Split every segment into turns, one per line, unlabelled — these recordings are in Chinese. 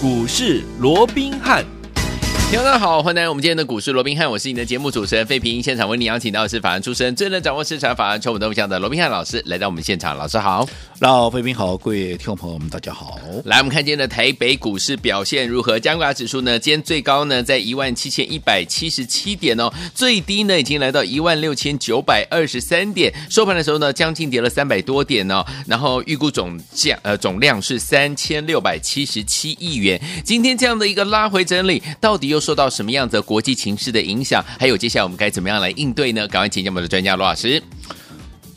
股市罗宾汉。
听众大家好，欢迎来到我们今天的股市罗宾汉，我是你的节目主持人费平。现场为你邀请到的是法案出身、最能掌握市场法案筹码动向的罗宾汉老师来到我们现场，老师好。
老贵宾好，各位听众朋友们，大家好。
来，我们看今天的台北股市表现如何？加权指数呢，今天最高呢在一万七千一百七十七点哦，最低呢已经来到一万六千九百二十三点，收盘的时候呢将近跌了三百多点哦。然后预估总价呃总量是三千六百七十七亿元。今天这样的一个拉回整理，到底又受到什么样子的国际情势的影响？还有接下来我们该怎么样来应对呢？赶快请教我们的专家罗老师。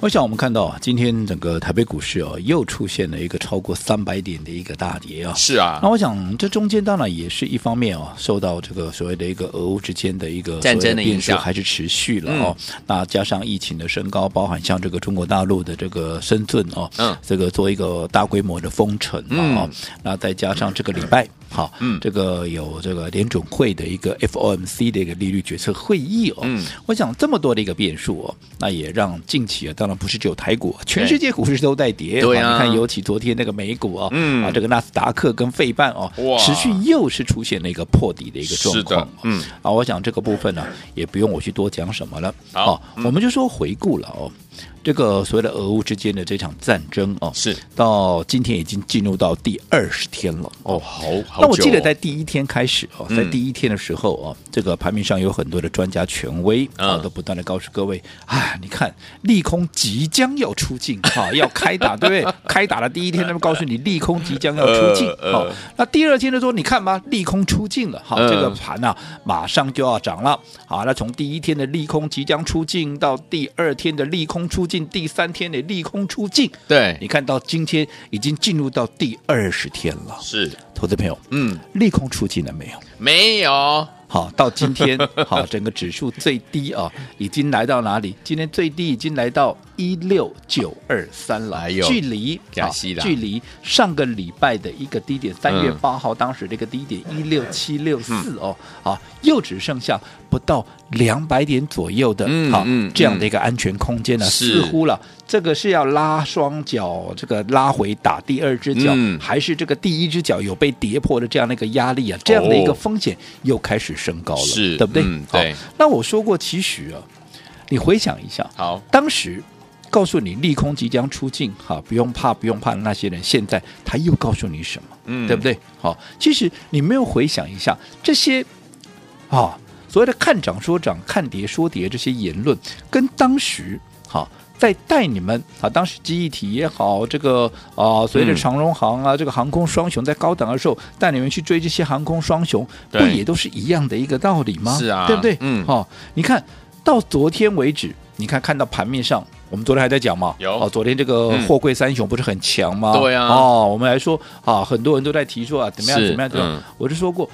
我想我们看到啊，今天整个台北股市哦，又出现了一个超过三百点的一个大跌啊。
是啊
那，我想，这中间当然也是一方面哦，受到这个所谓的一个俄乌之间的一个
战争的
所谓
影
变数
响嗯
还是持续了哦。那加上疫情的升高，包含像这个中国大陆的这个深圳哦，
嗯
这个做一个大规模的封城嘛哦，那再加上这个礼拜。好，
嗯
这个有这个联准会的一个 FOMC 的一个利率决策会议哦，
嗯
我想这么多的一个变数哦，那也让近期啊，当然不是只有台股啊，全
对
世界股市都在跌，
对
好
啊
你看尤其昨天那个美股啊，
嗯
啊这个纳斯达克跟费半哦
哇，
持续又是出现了一个破底的一个状况、
是的嗯，
啊，我想这个部分呢、也不用我去多讲什么了，
好嗯
啊我们就说回顾了哦，这个所谓的俄乌之间的这场战争哦，
是
到今天已经进入到第二十天了
哦，好，好
那我记
久
得
哦
在第一天开始哦，在
嗯
第一天的时候哦，这个盘面上有很多的专家权威啊，
嗯
都不断的告诉各位，哎，你看利空即将要出尽啊，要开打，对不对？开打的第一天，他们告诉你利空即将要出尽
呃
哦
呃，
那第二天就说，你看吧，利空出尽了，好，
嗯
这个盘呐马上就要涨了。好，那从第一天的利空即将出尽到第二天的利空出尽，第三天的利空出尽，你
对
看到今天已经进入到第二十天了，
是
投资朋友。
嗯
利空出尽了没有？
没有
好，到 今天，好，整个指数最低啊，已经来到哪里？今天最低已经来到一六九二三了，
哎呦
距离
假戏啦
距离上个礼拜的一个低点，三月
嗯
八号当时这个低点一六七六四哦，好，又只剩下不到两百点左右的，
嗯
好
嗯
这样的一个安全空间呢，
是
似乎了，这个是要拉双脚，这个拉回打第二只脚
嗯，
还是这个第一只脚有被跌破的这样的一个压力啊，这样的一个
哦
风险又开始升高了。高了
是
对不对？
嗯
好
对。
那我说过，其实啊，你回想一下，
好
当时告诉你利空即将出尽，哈，不用怕，不用怕。那些人现在他又告诉你什么？
嗯
对不对？好，其实你没有回想一下这些啊，所谓的看涨说涨、看跌说跌这些言论，跟当时好。在带你们啊，当时记忆体也好，这个啊，随着
嗯
长荣航啊，这个航空双雄在高档的时候，带你们去追这些航空双雄，不
对
也都是一样的一个道理吗？
是啊
对不对？
嗯
好、你看到昨天为止，你看看到盘面上，我们昨天还在讲嘛，
有
哦，昨天这个
嗯
货柜三雄不是很强吗？
对啊
哦，我们还说啊，很多人都在提说啊，怎么样
是
怎么样怎么样，
嗯
我就说过，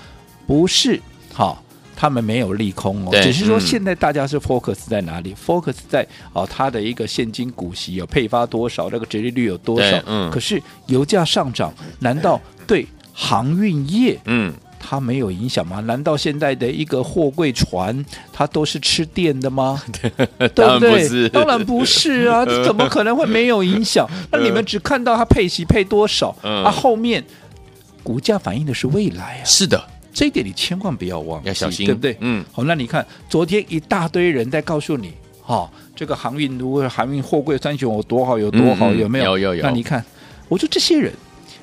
不是好。他们没有利空哦，
对
只是说
嗯
现在大家是 focus 在哪里、f o c u s 在啊它的一个现金股息有配发多少，那个折利率有多少
对？嗯
可是油价上涨，难道对航运业
嗯
它没有影响吗？难道现在的一个货柜船，它都是吃电 的吗？对
当然
不
不
对？
是
当然不是 啊，这怎么可能会没有影响？那你们只看到它配息配多少，
嗯
啊，后面股价反映的是未来啊，
是的
这一点你千万不要忘记，
要小心
对不对？
嗯
好，那你看昨天一大堆人在告诉你，哦，这个航运如何，航运货柜三雄有多好，有多好，
嗯嗯
有没有？
有有有
那你看，我说这些人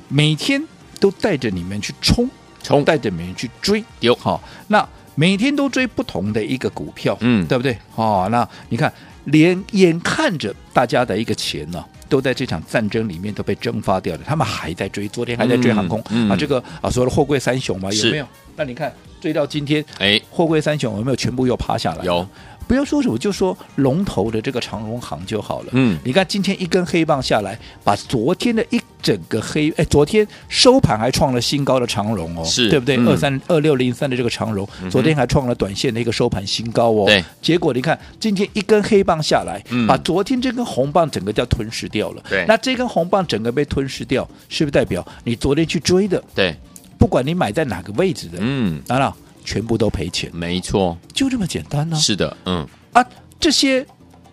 每天都带着你们去冲，
冲
带着你们去追，
有
好、那每天都追不同的一个股票，
嗯
对不对？哦，那你看，连眼看着大家的一个钱呢、都在这场战争里面都被蒸发掉了，他们还在追，昨天还在追
嗯
航空、
嗯
啊，这个啊，所谓的货柜三雄嘛，
是
有没有？那你看追到今天，
哎
货柜三雄有没有全部又爬下来？
有，
不要说什么，就说龙头的这个长荣行就好了。
嗯
你看今天一根黑棒下来，把昨天的一整个黑，哎，昨天收盘还创了新高的长荣哦，
是
对不对？
嗯
二三二六零三的这个长荣，昨天还创了短线的一个收盘新高哦。
对，
结果你看今天一根黑棒下来，
嗯
把昨天这根红棒整个叫吞噬掉了。
对
那这根红棒整个被吞噬掉，是不是代表你昨天去追的，
对
不管你买在哪个位置的，
嗯
当然、全部都赔钱，
没错
就这么简单呢、
是的嗯
啊，这些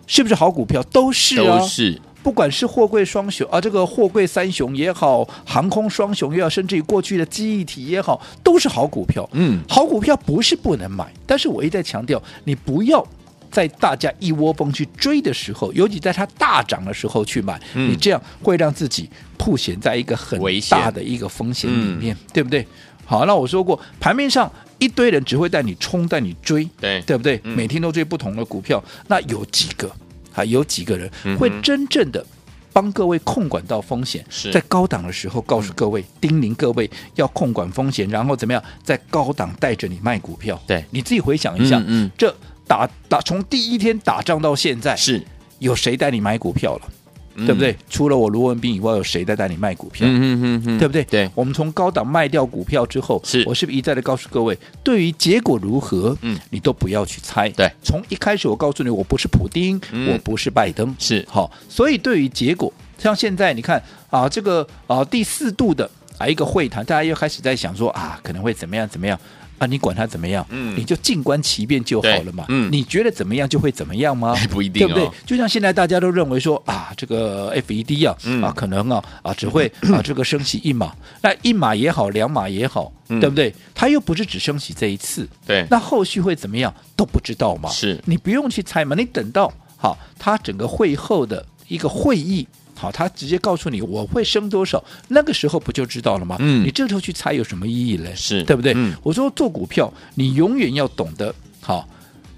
是不是好股票？都是啊，
都是
不管是货柜双雄啊，这个货柜三雄也好，航空双雄也好，甚至于过去的记忆体也好，都是好股票。
嗯
好股票不是不能买，但是我一再强调，你不要。在大家一窝蜂去追的时候，尤其在它大涨的时候去买，
嗯
你这样会让自己曝险在一个很
危险
大的一个风险里面，对不对？好，那我说过，盘面上一堆人只会带你冲，带你追，
对
对不对？
嗯
每天都追不同的股票，那有几个啊？有几个人
嗯哼
会真正的帮各位控管到风险？
是
在高档的时候告诉各位、叮咛各位要控管风险，然后怎么样在高档带着你卖股票？
对
你自己回想一下，
嗯嗯
这打打从第一天打仗到现在，
是，
有谁带你买股票了？对不对？除了我罗文斌以外，有谁在带你卖股票？
嗯嗯嗯嗯，
对不对？
对，
我们从高档卖掉股票之后，
是
我是不是一再的告诉各位，对于结果如何，
嗯，
你都不要去猜。
对
从一开始我告诉你，我不是普丁，
嗯
我不是拜登，
是
好，所以对于结果，像现在你看啊，这个啊第四度的啊一个会谈，大家又开始在想说啊，可能会怎么样怎么样。啊，你管他怎么样，
嗯
你就静观其变就好
对
了嘛。
嗯？
你觉得怎么样就会怎么样吗
不一定哦
啊对不对？就像现在大家都认为说啊，这个 FED 啊，
嗯
啊，可能啊啊 只会啊这个升息一码，那一码也好，两码也好，
嗯
对不对？它又不是只升息这一次，
对，
那后续会怎么样都不知道嘛。
是
你不用去猜嘛，你等到好，它整个会后的一个会议。好，他直接告诉你我会升多少，那个时候不就知道了吗？
嗯
你这时候去猜有什么意义嘞？
是
对不对？
嗯
我说做股票，你永远要懂得好，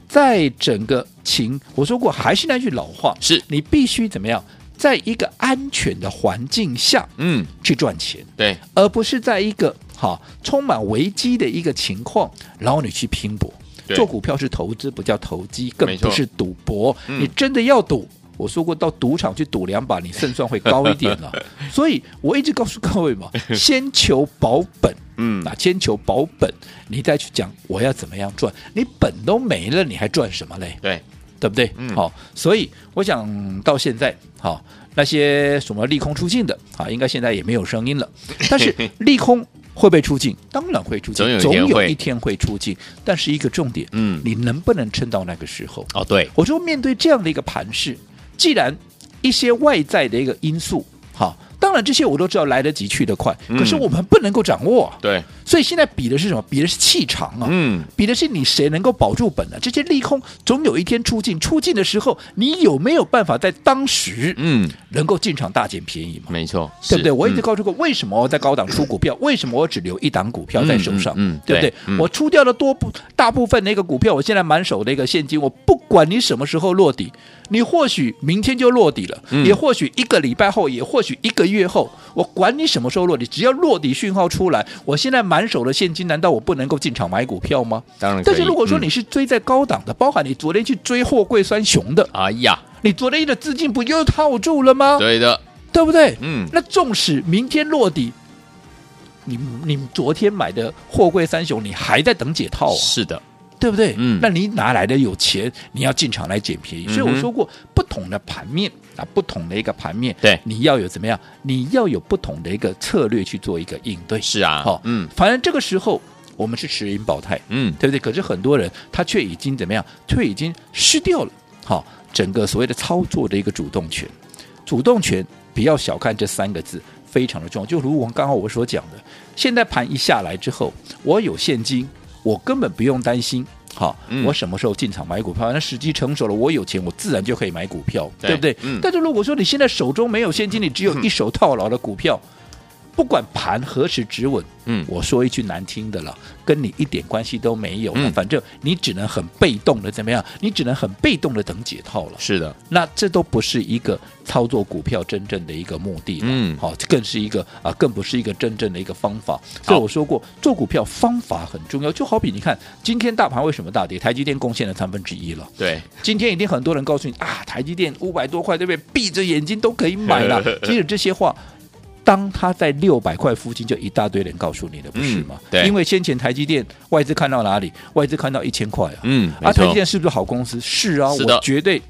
在整个情，我说过还是那句老话，
是
你必须怎么样，在一个安全的环境下
嗯，
去赚钱，
对，
而不是在一个好充满危机的一个情况，然后你去拼搏。
对
做股票是投资，不叫投机，更
没错
不是赌博。
嗯
你真的要赌，我说过到赌场去赌两把，你胜算会高一 点了。啊所以我一直告诉各位嘛，先求保本。
嗯
那先求保本，你再去讲我要怎么样赚，你本都没了，你还赚什么嘞？
对，
对不对？好、
嗯
所以我想到现在，好、那些什么利空出尽的，啊，应该现在也没有 声音了。但是利空会被出尽，当然会出尽，
总有一
总
天
有
会
一天会出尽。但是一个重点，
嗯
你能不能撑到那个时候？
哦，对，
我说面对这样的一个盘势，既然一些外在的一个因素，好、当然这些我都知道来得及去得快，
嗯
可是我们不能够掌握啊、
对，
所以现在比的是什么？比的是气场啊。
嗯，
比的是你谁能够保住本呢、这些利空总有一天出尽，出尽的时候，你有没有办法在当时
嗯，
能够进场大捡便宜嘛？
没错，
对不对？
是
我一直
嗯
告诉过，为什么我在高档出股票？ 为什么我只留一档股票在手上？
嗯嗯嗯
对不对
对？嗯
我出掉了多部大部分的一个股票，我现在满手的一个现金，我不管你什么时候落底，你或许明天就落底了，
嗯
也或许一个礼拜后，也或许一个月后，我管你什么时候落底，只要落底讯号出来，我现在满手的现金，难道我不能够进场买股票吗？
当然可以，
但是如果说你
嗯，
是追在高档的，包含你昨天去追货柜三雄的，
哎呀，
你昨天的资金不又套住了吗？
对的，
对不对？
嗯，
那纵使明天落底，你你昨天买的货柜三雄，你还在等解套啊，
是的，
对不对？
嗯
那你哪来的有钱？你要进场来捡便宜。
嗯哼
所以我说过，不同的盘面啊，不同的一个盘面，
对
你要有怎么样？你要有不同的一个策略去做一个应对。
是啊，
好
嗯
反正这个时候我们是持盈保泰，
嗯，
对不对？可是很多人他却已经怎么样？却已经失掉了好、整个所谓的操作的一个主动权。主动权不要小看这三个字，非常的重要。就如我刚刚我所讲的，现在盘一下来之后，我有现金，我根本不用担心。好，
嗯
我什么时候进场买股票？那时机成熟了，我有钱，我自然就可以买股票，
对
对不对？
嗯
但是如果说你现在手中没有现金，你只有一手套牢的股票，不管盘何时止稳，
嗯
我说一句难听的了，跟你一点关系都没有了。
嗯
反正你只能很被动的怎么样？你只能很被动的等解套了。
是的，
那这都不是一个操作股票真正的一个目的了。
嗯
好，这更是一个啊，更不是一个真正的一个方法。所以我说过，做股票方法很重要。就好比你看，今天大盘为什么大跌？台积电贡献了三分之一了。
对，
今天一定很多人告诉你啊，台积电五百多块，对不对？闭着眼睛都可以买 了。其实这些话，当他在六百块附近，就一大堆人告诉你的，不是吗？
嗯对
因为先前台积电外资看到哪里？外资看到一千块啊。
嗯，
啊，
没
台积
错，
电是不是好公司？是啊，
是的
我绝对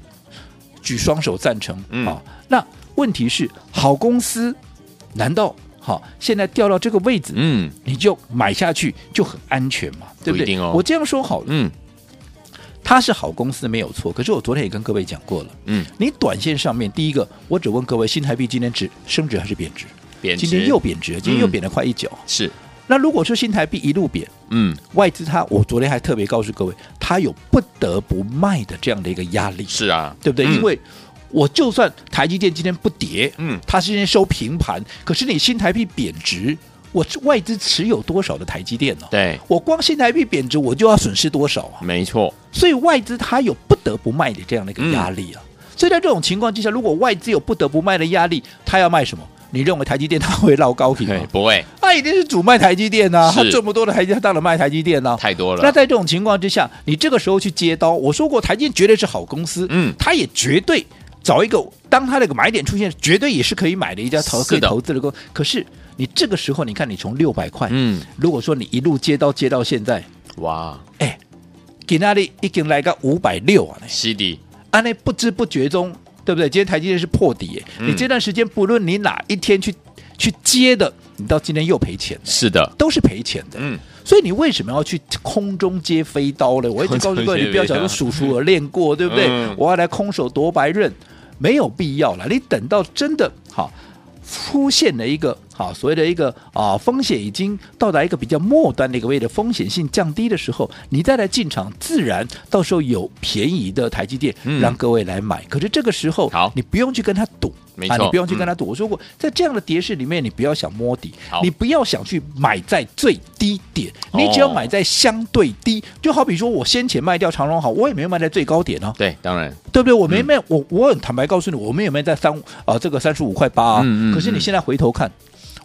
举双手赞成。
嗯
啊，那问题是，好公司难道好、现在掉到这个位置，
嗯
你就买下去就很安全嘛？对不
不一
对？
定哦
我这样说好了，
嗯，
它是好公司没有错。可是我昨天也跟各位讲过了，
嗯，
你短线上面第一个，我只问各位，新台币今天值升值还是贬值？
贬值
今天又贬值，今天又
嗯
贬了快一角。
是，
那如果说新台币一路贬，
嗯，
外资它，我昨天还特别告诉各位，它有不得不卖的这样的一个压力，
是啊，
对不对？
嗯
因为我就算台积电今天不跌，
嗯
它今天收平盘，可是你新台币贬值，我外资持有多少的台积电呢、
对，
我光新台币贬值，我就要损失多少啊？
没错，
所以外资它有不得不卖的这样的一个
嗯
压力啊。所以在这种情况之下，如果外资有不得不卖的压力，它要卖什么？你认为台积电它会绕高频吗？
哎不会
它一定是主卖台积电呐、啊，
是
它这么多的台积，它当然卖台积电呐、
太多
那
了，
在这种情况之下，你这个时候去接刀，我说过台积电绝对是好公司，
嗯
它也绝对找一个当它那个买点出现，绝对也是可以买的一家投
是
可
的
以投资的公司。可是你这个时候，你看你从六百块，
嗯，
如果说你一路接刀接到现在，
哇，
哎，给那里已经来个五百六啊，
西迪，
安内不知不觉中，对不对？今天台积电是破底耶，
嗯
你这段时间不论你哪一天去去接的，你到今天又赔钱，
是的，
都是赔钱的。
嗯，
所以你为什么要去空中接飞 刀呢？我一直告诉
空
各
中接飞刀
位，你不要想说叔叔我练过，对不对？
嗯
我要来空手夺白刃，没有必要了。你等到真的好出现了一个好所谓的一个啊风险已经到达一个比较末端的一个位置，风险性降低的时候，你再来进场，自然到时候有便宜的台积电
嗯
让各位来买。可是这个时候，
好
你不用去跟他赌。
没
啊，
错
你不用去跟他赌。我说过，在这样的跌势里面，你不要想摸底
好，
你不要想去买在最低点，
哦
你只要买在相对低。就好比说我先前卖掉长隆好，我也没有卖在最高点啊，
对，当然，
对不对？我没
嗯
卖，我我很坦白告诉你，我们也没在三啊、这个三十五块八啊。
嗯嗯嗯
可是你现在回头看，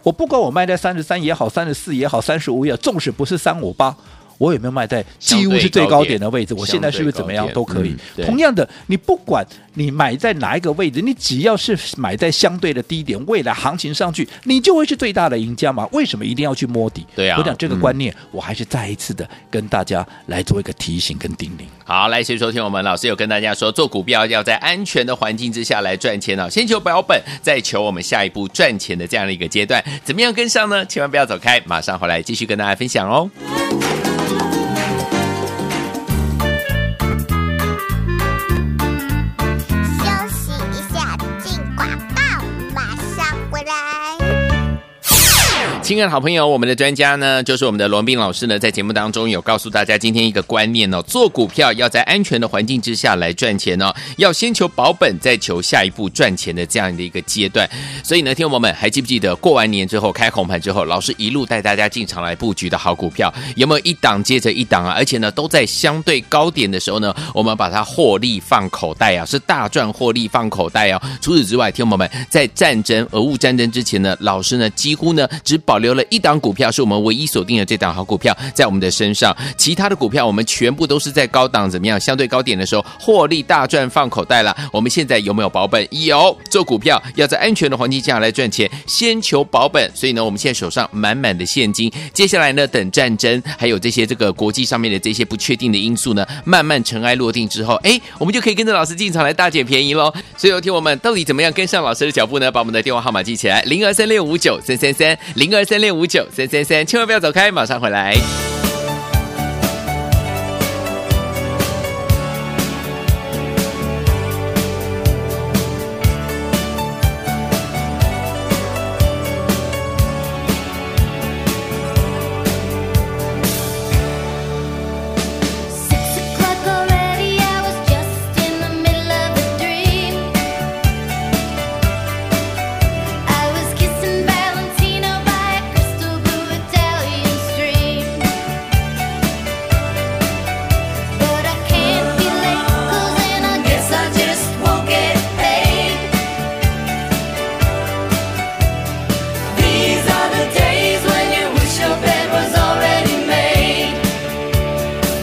我不管我卖在三十三也好，三十四也好，三十五也好，纵使不是三五八。我有没有卖在几乎是最高点的位
相
置？
对高点
我现在是不是怎么样
相对
都
高点
可以
嗯？对
同样的，你不管你买在哪一个位置，你只要是买在相对的低点，未来行情上去，你就会是最大的赢家嘛？为什么一定要去摸底？
对啊
我讲这个
嗯
观念，我还是再一次的跟大家来做一个提醒跟叮咛。
好，来，所以收听我们老师有跟大家说，做股票要在安全的环境之下来赚钱哦，先求保本，再求我们下一步赚钱的这样的一个阶段，怎么样跟上呢？千万不要走开，马上回来继续跟大家分享哦。
休息一下，进广告，马上回来。
亲爱的好朋友，我们的专家呢，就是我们的罗文斌老师呢，在节目当中有告诉大家今天一个观念哦，做股票要在安全的环境之下来赚钱哦，要先求保本，再求下一步赚钱的这样的一个阶段。所以呢，听众朋友们还记不记得过完年之后开红盘之后，老师一路带大家进场来布局的好股票，有没有一档接着一档啊？而且呢，都在相对高点的时候呢，我们把它获利放口袋啊，是大赚获利放口袋哦。除此之外，听众朋友们在战争俄乌战争之前呢，老师呢几乎呢只保留了一档股票是我们唯一锁定的这档好股票在我们的身上，其他的股票我们全部都是在高档怎么样相对高点的时候获利大赚放口袋了。我们现在有没有保本？有，做股票要在安全的环境下来赚钱，先求保本。所以呢，我们现在手上满满的现金，接下来呢，等战争还有这些这个国际上面的这些不确定的因素呢，慢慢尘埃落定之后，哎，我们就可以跟着老师进场来大捡便宜喽。所以，有听我们到底怎么样跟上老师的脚步呢？把我们的电话号码记起来：零二三六五九三三三，零二三六五九三三三，千万不要走开，马上回来。
Six o'clock already, I was just in the middle of a dream. I was kissing Valentino by a crystal blue Italian stream. But I can't be late, 'cause then I guess I just won't get paid. These are the days when you wish your bed was already made.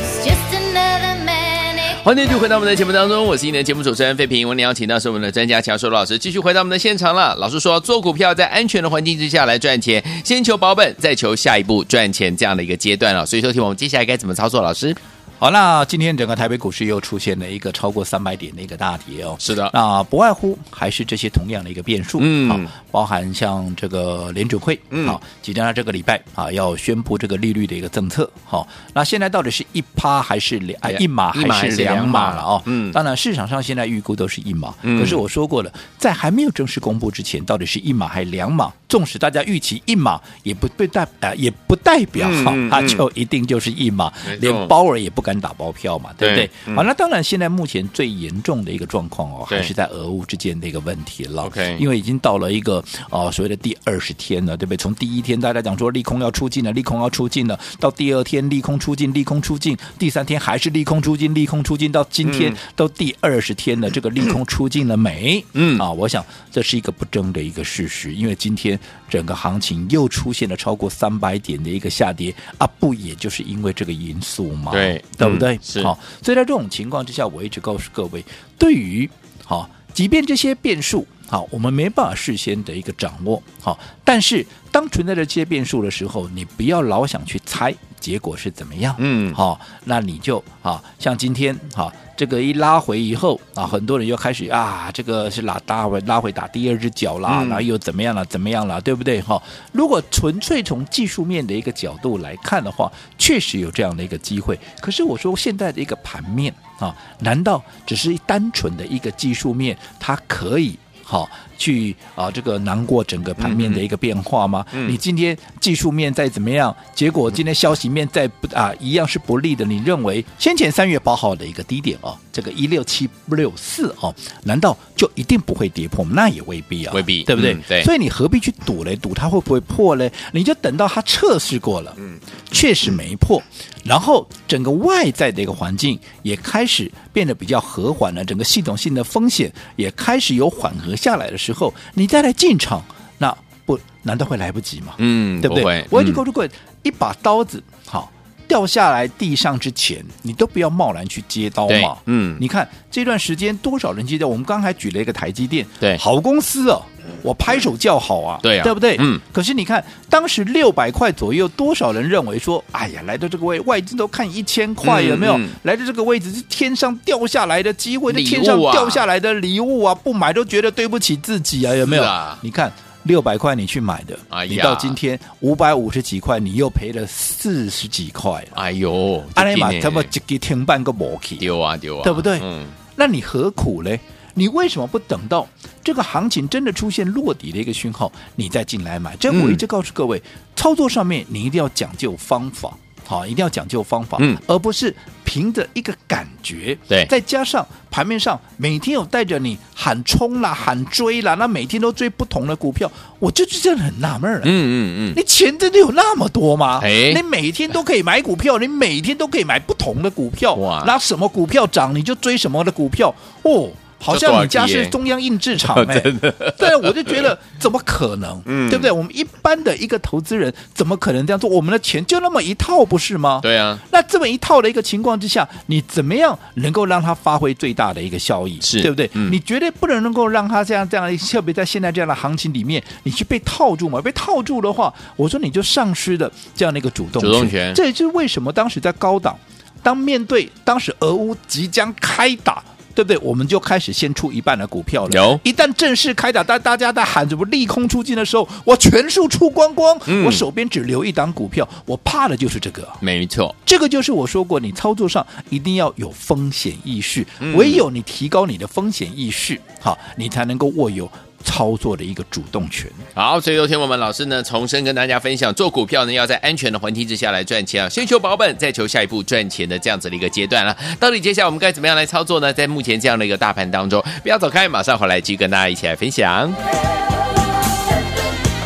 It's just another manic
欢迎继续回到我们的节目当中，我是今天的节目主持人费平。我们邀请到是我们的专家乔硕老师，继续回到我们的现场了。老师说，做股票在安全的环境之下来赚钱，先求保本，再求下一步赚钱这样的一个阶段了。所以说，听我们接下来该怎么操作？老师，
好，那今天整个台北股市又出现了一个超过三百点的一个大跌哦。
是的
那不外乎还是这些同样的一个变数，
嗯
好包含像这个联准会，
嗯
好，即将在这个礼拜啊要宣布这个利率的一个政策，好，那现在到底是一趴还是两啊
两
一码
一码还
还
是
是
两
两
码
码了哦？
嗯
当然市场上现在预估都是一码，
嗯
可是我说过了，在还没有正式公布之前，到底是一码还是两码？纵使大家预期一码，也不不代啊也不代表
嗯
哈
嗯
它
嗯
就一定就是一码
没错，
连鲍尔也不敢打包票嘛，对不
对
对？
嗯
好，那当然，现在目前最严重的一个状况哦，
对
还是在俄乌之间的一个问题了。
OK
因为已经到了一个呃所谓的第二十天了，对不对？从第一天大家讲说利空要出尽了，利空要出尽了，到第二天利空出尽，利空出尽，第三天还是利空出尽，利空出尽，到今天
嗯
都第二十天了，这个利空出尽了没？
嗯
啊，我想这是一个不争的一个事实，因为今天整个行情又出现了超过三百点的一个下跌啊，不也就是因为这个因素吗？
对
对不
嗯
对？
是
好，所以在这种情况之下，我一直告诉各位，对于好，即便这些变数。好，我们没办法事先的一个掌握，好，但是当存在着这些变数的时候，你不要老想去猜结果是怎么样，
嗯
好、那你就啊，像今天啊，这个一拉回以后啊，很多人又开始啊，这个是拉拉回拉回打第二只脚啦，
嗯
然后又怎么样了，怎么样了，对不对？哈、如果纯粹从技术面的一个角度来看的话，确实有这样的一个机会。可是我说现在的一个盘面啊，难道只是单纯的一个技术面，它可以？好，去啊，这个难过整个盘面的一个变化吗？
嗯
你今天技术面再怎么样，结果今天消息面再不啊，一样是不利的。你认为先前三月八号的一个低点哦，这个一六七六四哦，难道就一定不会跌破吗？那也未必啊，
未必
对不对？
嗯对
所以你何必去赌嘞？赌它会不会破嘞？你就等到它测试过了，嗯，确实没破，然后整个外在的一个环境也开始变得比较和缓了，整个系统性的风险也开始有缓和下来的时候，你再来进场，那不难道会来不及吗？
嗯，
对不对？
会
我一直
嗯
告诉各位，一把刀子好掉下来地上之前，你都不要贸然去接刀
对
嘛。
嗯
你看这段时间多少人接刀？我们刚才举了一个台积电，
对
好公司哦，我拍手叫好啊，
对啊
对不对？
嗯。
可是你看，当时六百块左右，多少人认为说，哎呀，来到这个位，外资都看一千块，
嗯
有没有？
嗯
来到这个位置是天上掉下来的机会，
礼
是
物啊
天上掉下来的礼物啊，不买都觉得对不起自己啊，有没有？
是啊
你看。六百块你去买的，
哎呀
你到今天五百五十几块，你又赔了四十几块了。
哎呦，
阿尼玛，他
这
们
个呢
这个停半个摩去，
哎丢啊丢啊，
对不对
嗯，
那你何苦嘞？你为什么不等到这个行情真的出现落底的一个讯号，你再进来买？这
嗯
我一直告诉各位，操作上面你一定要讲究方法，好，一定要讲究方法，
嗯
而不是凭着一个感觉，
对
再加上盘面上每天有带着你喊冲啦、喊追啦，那每天都追不同的股票，我就真的很纳闷了。
嗯嗯嗯，
你钱真的有那么多吗？
哎
你每天都可以买股票，你每天都可以买不同的股票，
哇
那什么股票涨你就追什么的股票哦。好
这多少
像你家
题耶
是中央印制厂哎、 对，我就觉得怎么可能，
嗯
对不对？我们一般的一个投资人怎么可能这样做？我们的钱就那么一套，不是吗？
对啊，
那这么一套的一个情况之下，你怎么样能够让它发挥最大的一个效益？
是
对不对？
嗯
你绝对不能能够让它这样这样，特别在现在这样的行情里面，你去被套住嘛？被套住的话，我说你就丧失了这样的一个主动
主动权
这也就是为什么当时在高档，当面对当时俄乌即将开打。对不对？我们就开始先出一半的股票了。
有
一旦正式开打，大大家在喊什么利空出尽的时候，我全数出光光，
嗯
我手边只留一档股票，我怕的就是这个啊。
没错，
这个就是我说过，你操作上一定要有风险意识，
嗯
唯有你提高你的风险意识，好，你才能够握有操作的一个主动权。
好，所以昨天我们老师呢重申跟大家分享，做股票呢要在安全的环境之下来赚钱啊，先求保本，再求下一步赚钱的这样子的一个阶段了、啊到底接下来我们该怎么样来操作呢？在目前这样的一个大盘当中，不要走开，马上回来继续跟大家一起来分享。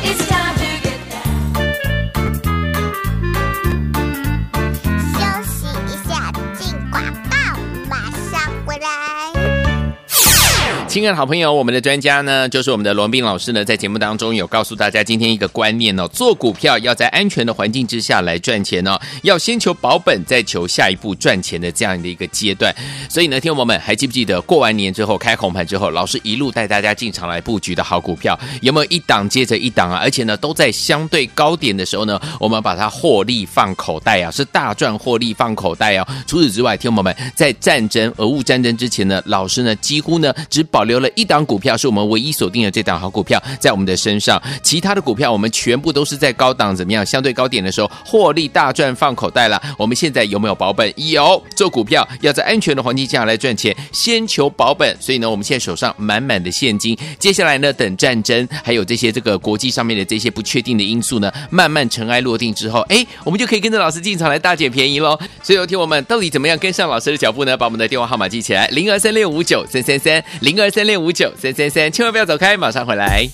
It's time to get down.
休息一下，进广告，马上回来。
亲爱的好朋友，我们的专家呢，就是我们的罗斌老师呢，在节目当中有告诉大家今天一个观念哦，做股票要在安全的环境之下来赚钱哦，要先求保本，再求下一步赚钱的这样的一个阶段。所以呢，听众朋友们还记不记得过完年之后开红盘之后，老师一路带大家进场来布局的好股票，有没有一档接着一档啊？而且呢，都在相对高点的时候呢，我们把它获利放口袋啊，是大赚获利放口袋哦。除此之外，听众朋友们在战争俄乌战争之前呢，老师呢几乎呢只保留了一档股票是我们唯一锁定的这档好股票在我们的身上，其他的股票我们全部都是在高档怎么样相对高点的时候获利大赚放口袋了。我们现在有没有保本？有，做股票要在安全的环境下来赚钱，先求保本。所以呢，我们现在手上满满的现金，接下来呢，等战争还有这些这个国际上面的这些不确定的因素呢，慢慢尘埃落定之后，哎，我们就可以跟着老师进场来大捡便宜喽。所以，有听我们到底怎么样跟上老师的脚步呢？把我们的电话号码记起来，零二三六五九三三三，零二三六五九三三三，千万不要走开，马上回来。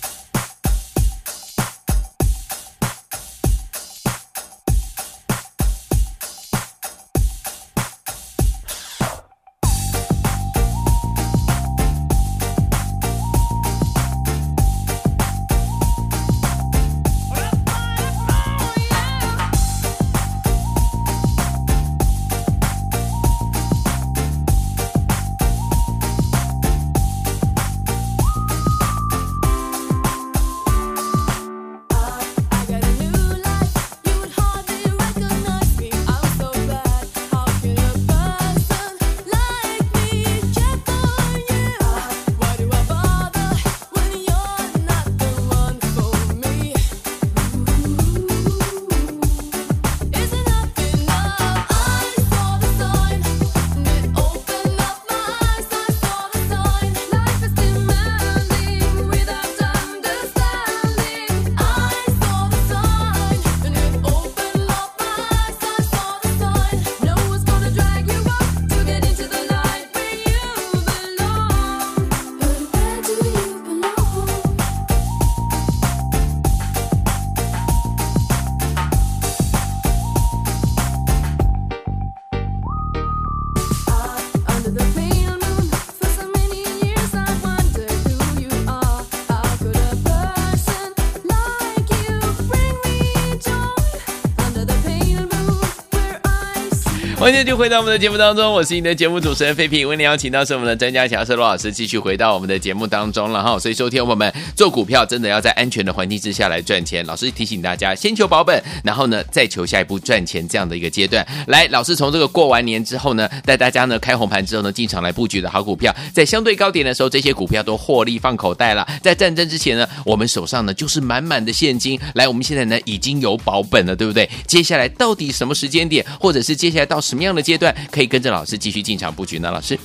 I got a new life. You would hardly recognize me. I'm so bad. How can a person like me check on you? Why do I bother when you're not the one for me? Isn't that enough? I saw the sign. It opened up my eyes. I saw the sign. Life is demanding without understanding. I saw the sign. And it opened up my eyes. I saw the sign. No one's gonna drag you up to get into the light where you belong. Where do you belong? Under the pale moon, for so many years I wondered who you are. How could a person like you bring me joy? Under the pale moon, where I see.
欢迎继续回到我们的节目当中，我是你的节目主持人费平。为您邀请到是我们的专家乔瑟罗老师，继续回到我们的节目当中了哈。所以，收听我们做股票真的要在安全的环境之下来赚钱。老师提醒大家，先求保本，然后呢，再求下一步赚钱这样的一个阶段。来，老师从这个过完年之后呢，带大家呢开红盘之后呢，进场来布局的好股票，在相对高点的时候，这些股票都获利放口袋了。在战争之前呢，我们手上呢就是满满的现金。来，我们现在呢已经有保本了，对不对？接下来到底什么时间点，或者是接下来到什么样的阶段，可以跟着老师继续进场布局呢？老师，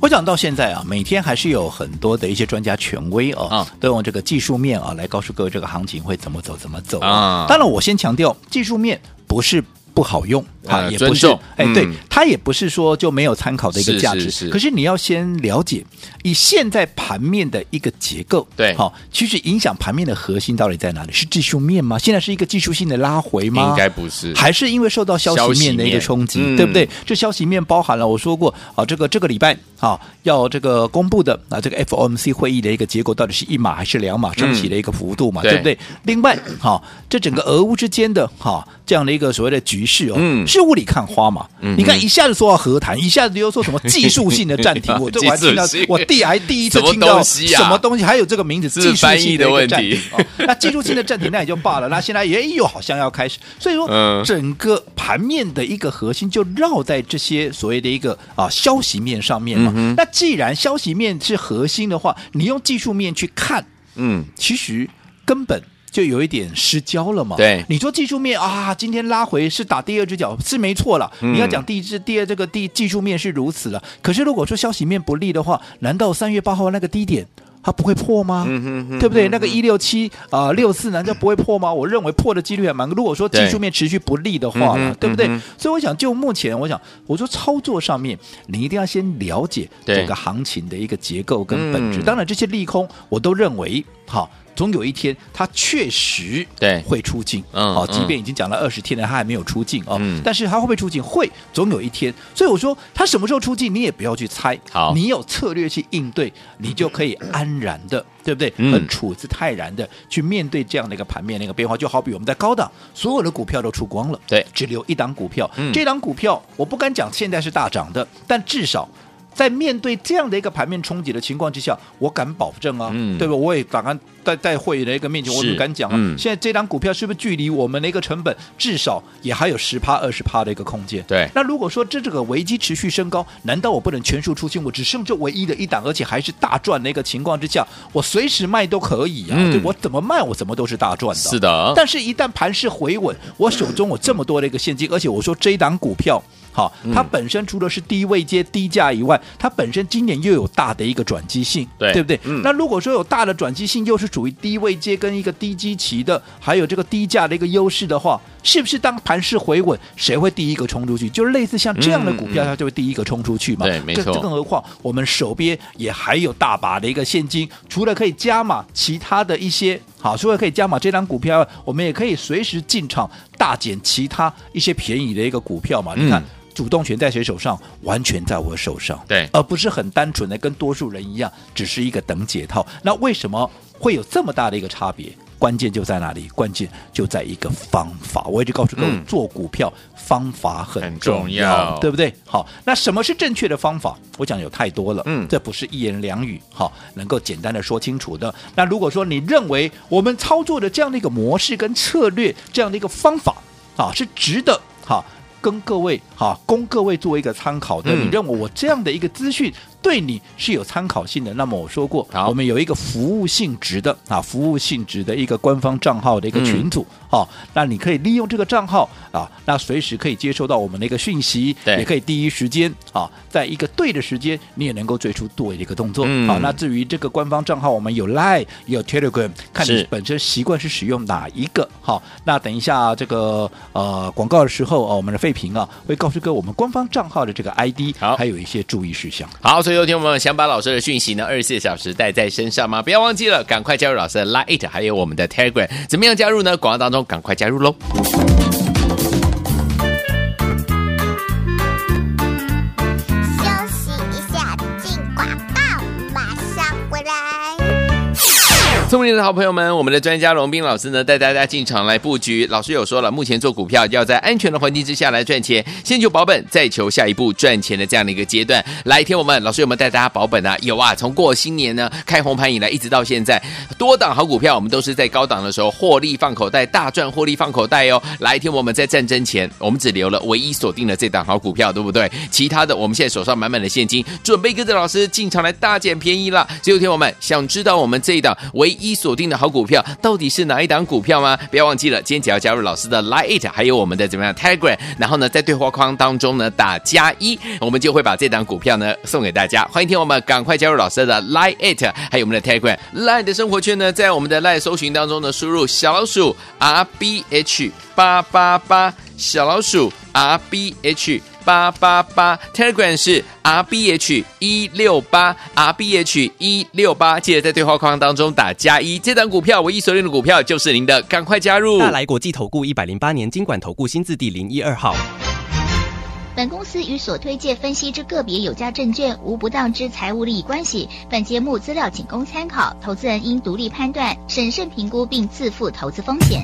我讲到现在啊，每天还是有很多的一些专家权威哦，
啊
都用这个技术面啊来告诉各位这个行情会怎么走，怎么走
啊
当然，我先强调，技术面不是。不好用啊，
呃
也
尊
不是
重，
哎，
嗯
对，它也不是说就没有参考的一个
是
价值。
是是
可是你要先了解，以现在盘面的一个结构，
对
好、其实影响盘面的核心到底在哪里？是技术面吗？现在是一个技术性的拉回吗？
应该不是
还是因为受到消
消
息
息
面的一个
面
冲击，
嗯
对不对？这消息面包含了我说过啊，这个这个礼拜啊要这个公布的啊这个 FOMC 会议的一个结果到底是一码还是两码升息的一个幅度
嗯
嘛，
对
对不对？另外，好、这整个俄乌之间的哈、这样的一个所谓的局势哦，
嗯
是雾里看花嘛。
嗯哼
你看一下子说到和谈，一下子又说什么技术性的 暂停，我这我还听到
技术性
我弟还第一次
什么
听到
东西啊
什么东西，还有这个名字技
是
术
翻
性
译
的
的
一个
问
暂
题
停。哦，那技术性的暂停那也就罢了，那现在也有好像要开始，所以说
嗯
整个盘面的一个核心就绕在这些所谓的一个啊消息面上面
嗯
嘛。那既然消息面是核心的话，你用技术面去看，
嗯，
其实根本。就有一点失焦了嘛？
对
你说技术面啊，今天拉回是打第二只脚是没错了。
嗯
你要讲第一只、第二这个第技术面是如此了。可是如果说消息面不利的话，难道三月八号那个低点它不会破吗？
嗯
对不对？那个一六七啊六四难道不会破吗？我认为破的几率还蛮。如果说技术面持续不利的话
嗯
了
哼，
对不对
嗯？
所以我想，就目前我想，我说操作上面，你一定要先了解
对
整个行情的一个结构跟本质。
嗯
当然，这些利空我都认为好。总有一天它确实
对
会出境。
嗯
好，
嗯
即便已经讲了二十天了，它还没有出境哦
嗯。
但是它会不会出境？会，总有一天。所以我说，它什么时候出境，你也不要去猜。
好
你有策略去应对，你就可以安然的，对不对？
嗯
很处之泰然的去面对这样的一个盘面的一个变化。就好比我们在高档，所有的股票都出光了，
对
只留一档股票。
嗯
这档股票我不敢讲现在是大涨的，但至少。在面对这样的一个盘面冲击的情况之下，我敢保证啊，
嗯
对吧？我也敢在在会员的一个面前，我
是
也敢讲啊。
嗯
现在这档股票是不是距离我们的一个成本至少也还有十趴、二十趴的一个空间？
对
那如果说这这个危机持续升高，难道我不能全数出清？我只剩这唯一的一档，而且还是大赚的一个情况之下，我随时卖都可以啊！
嗯
对我怎么卖，我怎么都是大赚的。
是的，
但是，一旦盘势回稳，我手中有这么多的一个现金，而且我说这一档股票。好，
嗯
它本身除了是低位接低价以外，它本身今年又有大的一个转机性，
对
不对、
嗯
那如果说有大的转机性，又是属于低位接跟一个低基期的，还有这个低价的一个优势的话，是不是当盘势回稳，谁会第一个冲出去？就是类似像这样的股
嗯
票，
嗯
它就会第一个冲出去嘛。
对没
这
错
更何况我们手边也还有大把的一个现金，除了可以加码其他的一些好，除了可以加码这张股票，我们也可以随时进场大减其他一些便宜的一个股票嘛。
嗯
你看。主动权在谁手上？完全在我手上。
对
而不是很单纯的跟多数人一样，只是一个等解套。那为什么会有这么大的一个差别？关键就在哪里？关键就在一个方法。我一直告诉各位，
嗯
做股票方法很
很重
重
要
对不对？好，那什么是正确的方法？我讲有太多了，
嗯
这不是一言两语，好，能够简单的说清楚的。那如果说你认为我们操作的这样的一个模式跟策略，这样的一个方法啊，是值得好。跟各位哈，供各位做一个参考的。
嗯
你认为我这样的一个资讯对你是有参考性的？那么我说过
好，
我们有一个服务性质的啊，服务性质的一个官方账号的一个
嗯
群组，好、那你可以利用这个账号啊，那随时可以接收到我们的一个讯息，
对
也可以第一时间啊，在一个对的时间，你也能够做出对的一个动作。
嗯
好，那至于这个官方账号，我们有 Line 也有 Telegram，看
是
你本身习惯是使用哪一个。好，那等一下这个呃广告的时候啊、我们的费评啊会告诉各位我们官方账号的这个 ID，
好
还有一些注意事项。
好，所以有听我们想把老师的讯息呢，二十四小时带在身上吗？不要忘记了，赶快加入老师的 Lite，还有我们的 Telegram。怎么样加入呢？广告当中赶快加入喽。
休息一下，进广告，马上回来。
聪明的好朋友们，我们的专家龙斌老师呢，带大家进场来布局。老师有说了，目前做股票要在安全的环境之下来赚钱，先求保本，再求下一步赚钱的这样的一个阶段。来，听我们老师有没有带大家保本啊？有啊，从过新年呢开红盘以来，一直到现在，多档好股票我们都是在高档的时候获利放口袋，大赚获利放口袋哦。来，听我们在战争前，我们只留了唯一锁定了这档好股票，对不对？其他的我们现在手上满满的现金，准备跟着老师进场来大捡便宜了。所以，听我们想知道我们这一档唯一锁定的好股票到底是哪一档股票吗？不要忘记了，今天只要加入老师的 Line It，还有我们的怎么样 Telegram，然后呢，在对话框当中呢打加一，我们就会把这档股票呢送给大家。欢迎听我们赶快加入老师的 Line It，还有我们的 Telegram Line 的生活圈呢，在我们的 Line 搜寻当中呢，输入小老鼠 R B H 八八八，小老鼠 R B H。八八八，Telegram 是 R B H 一六八，R B H 一六八，记得在对话框当中打加一。这档股票唯一锁定的股票就是您的，赶快加入。
大来国际投顾一百零八年经管投顾新字第零一二号。
本公司与所推介分析之个别有价证券无不当之财务利益关系。本节目资料仅供参考，投资人应独立判断、审慎评估并自负投资风险。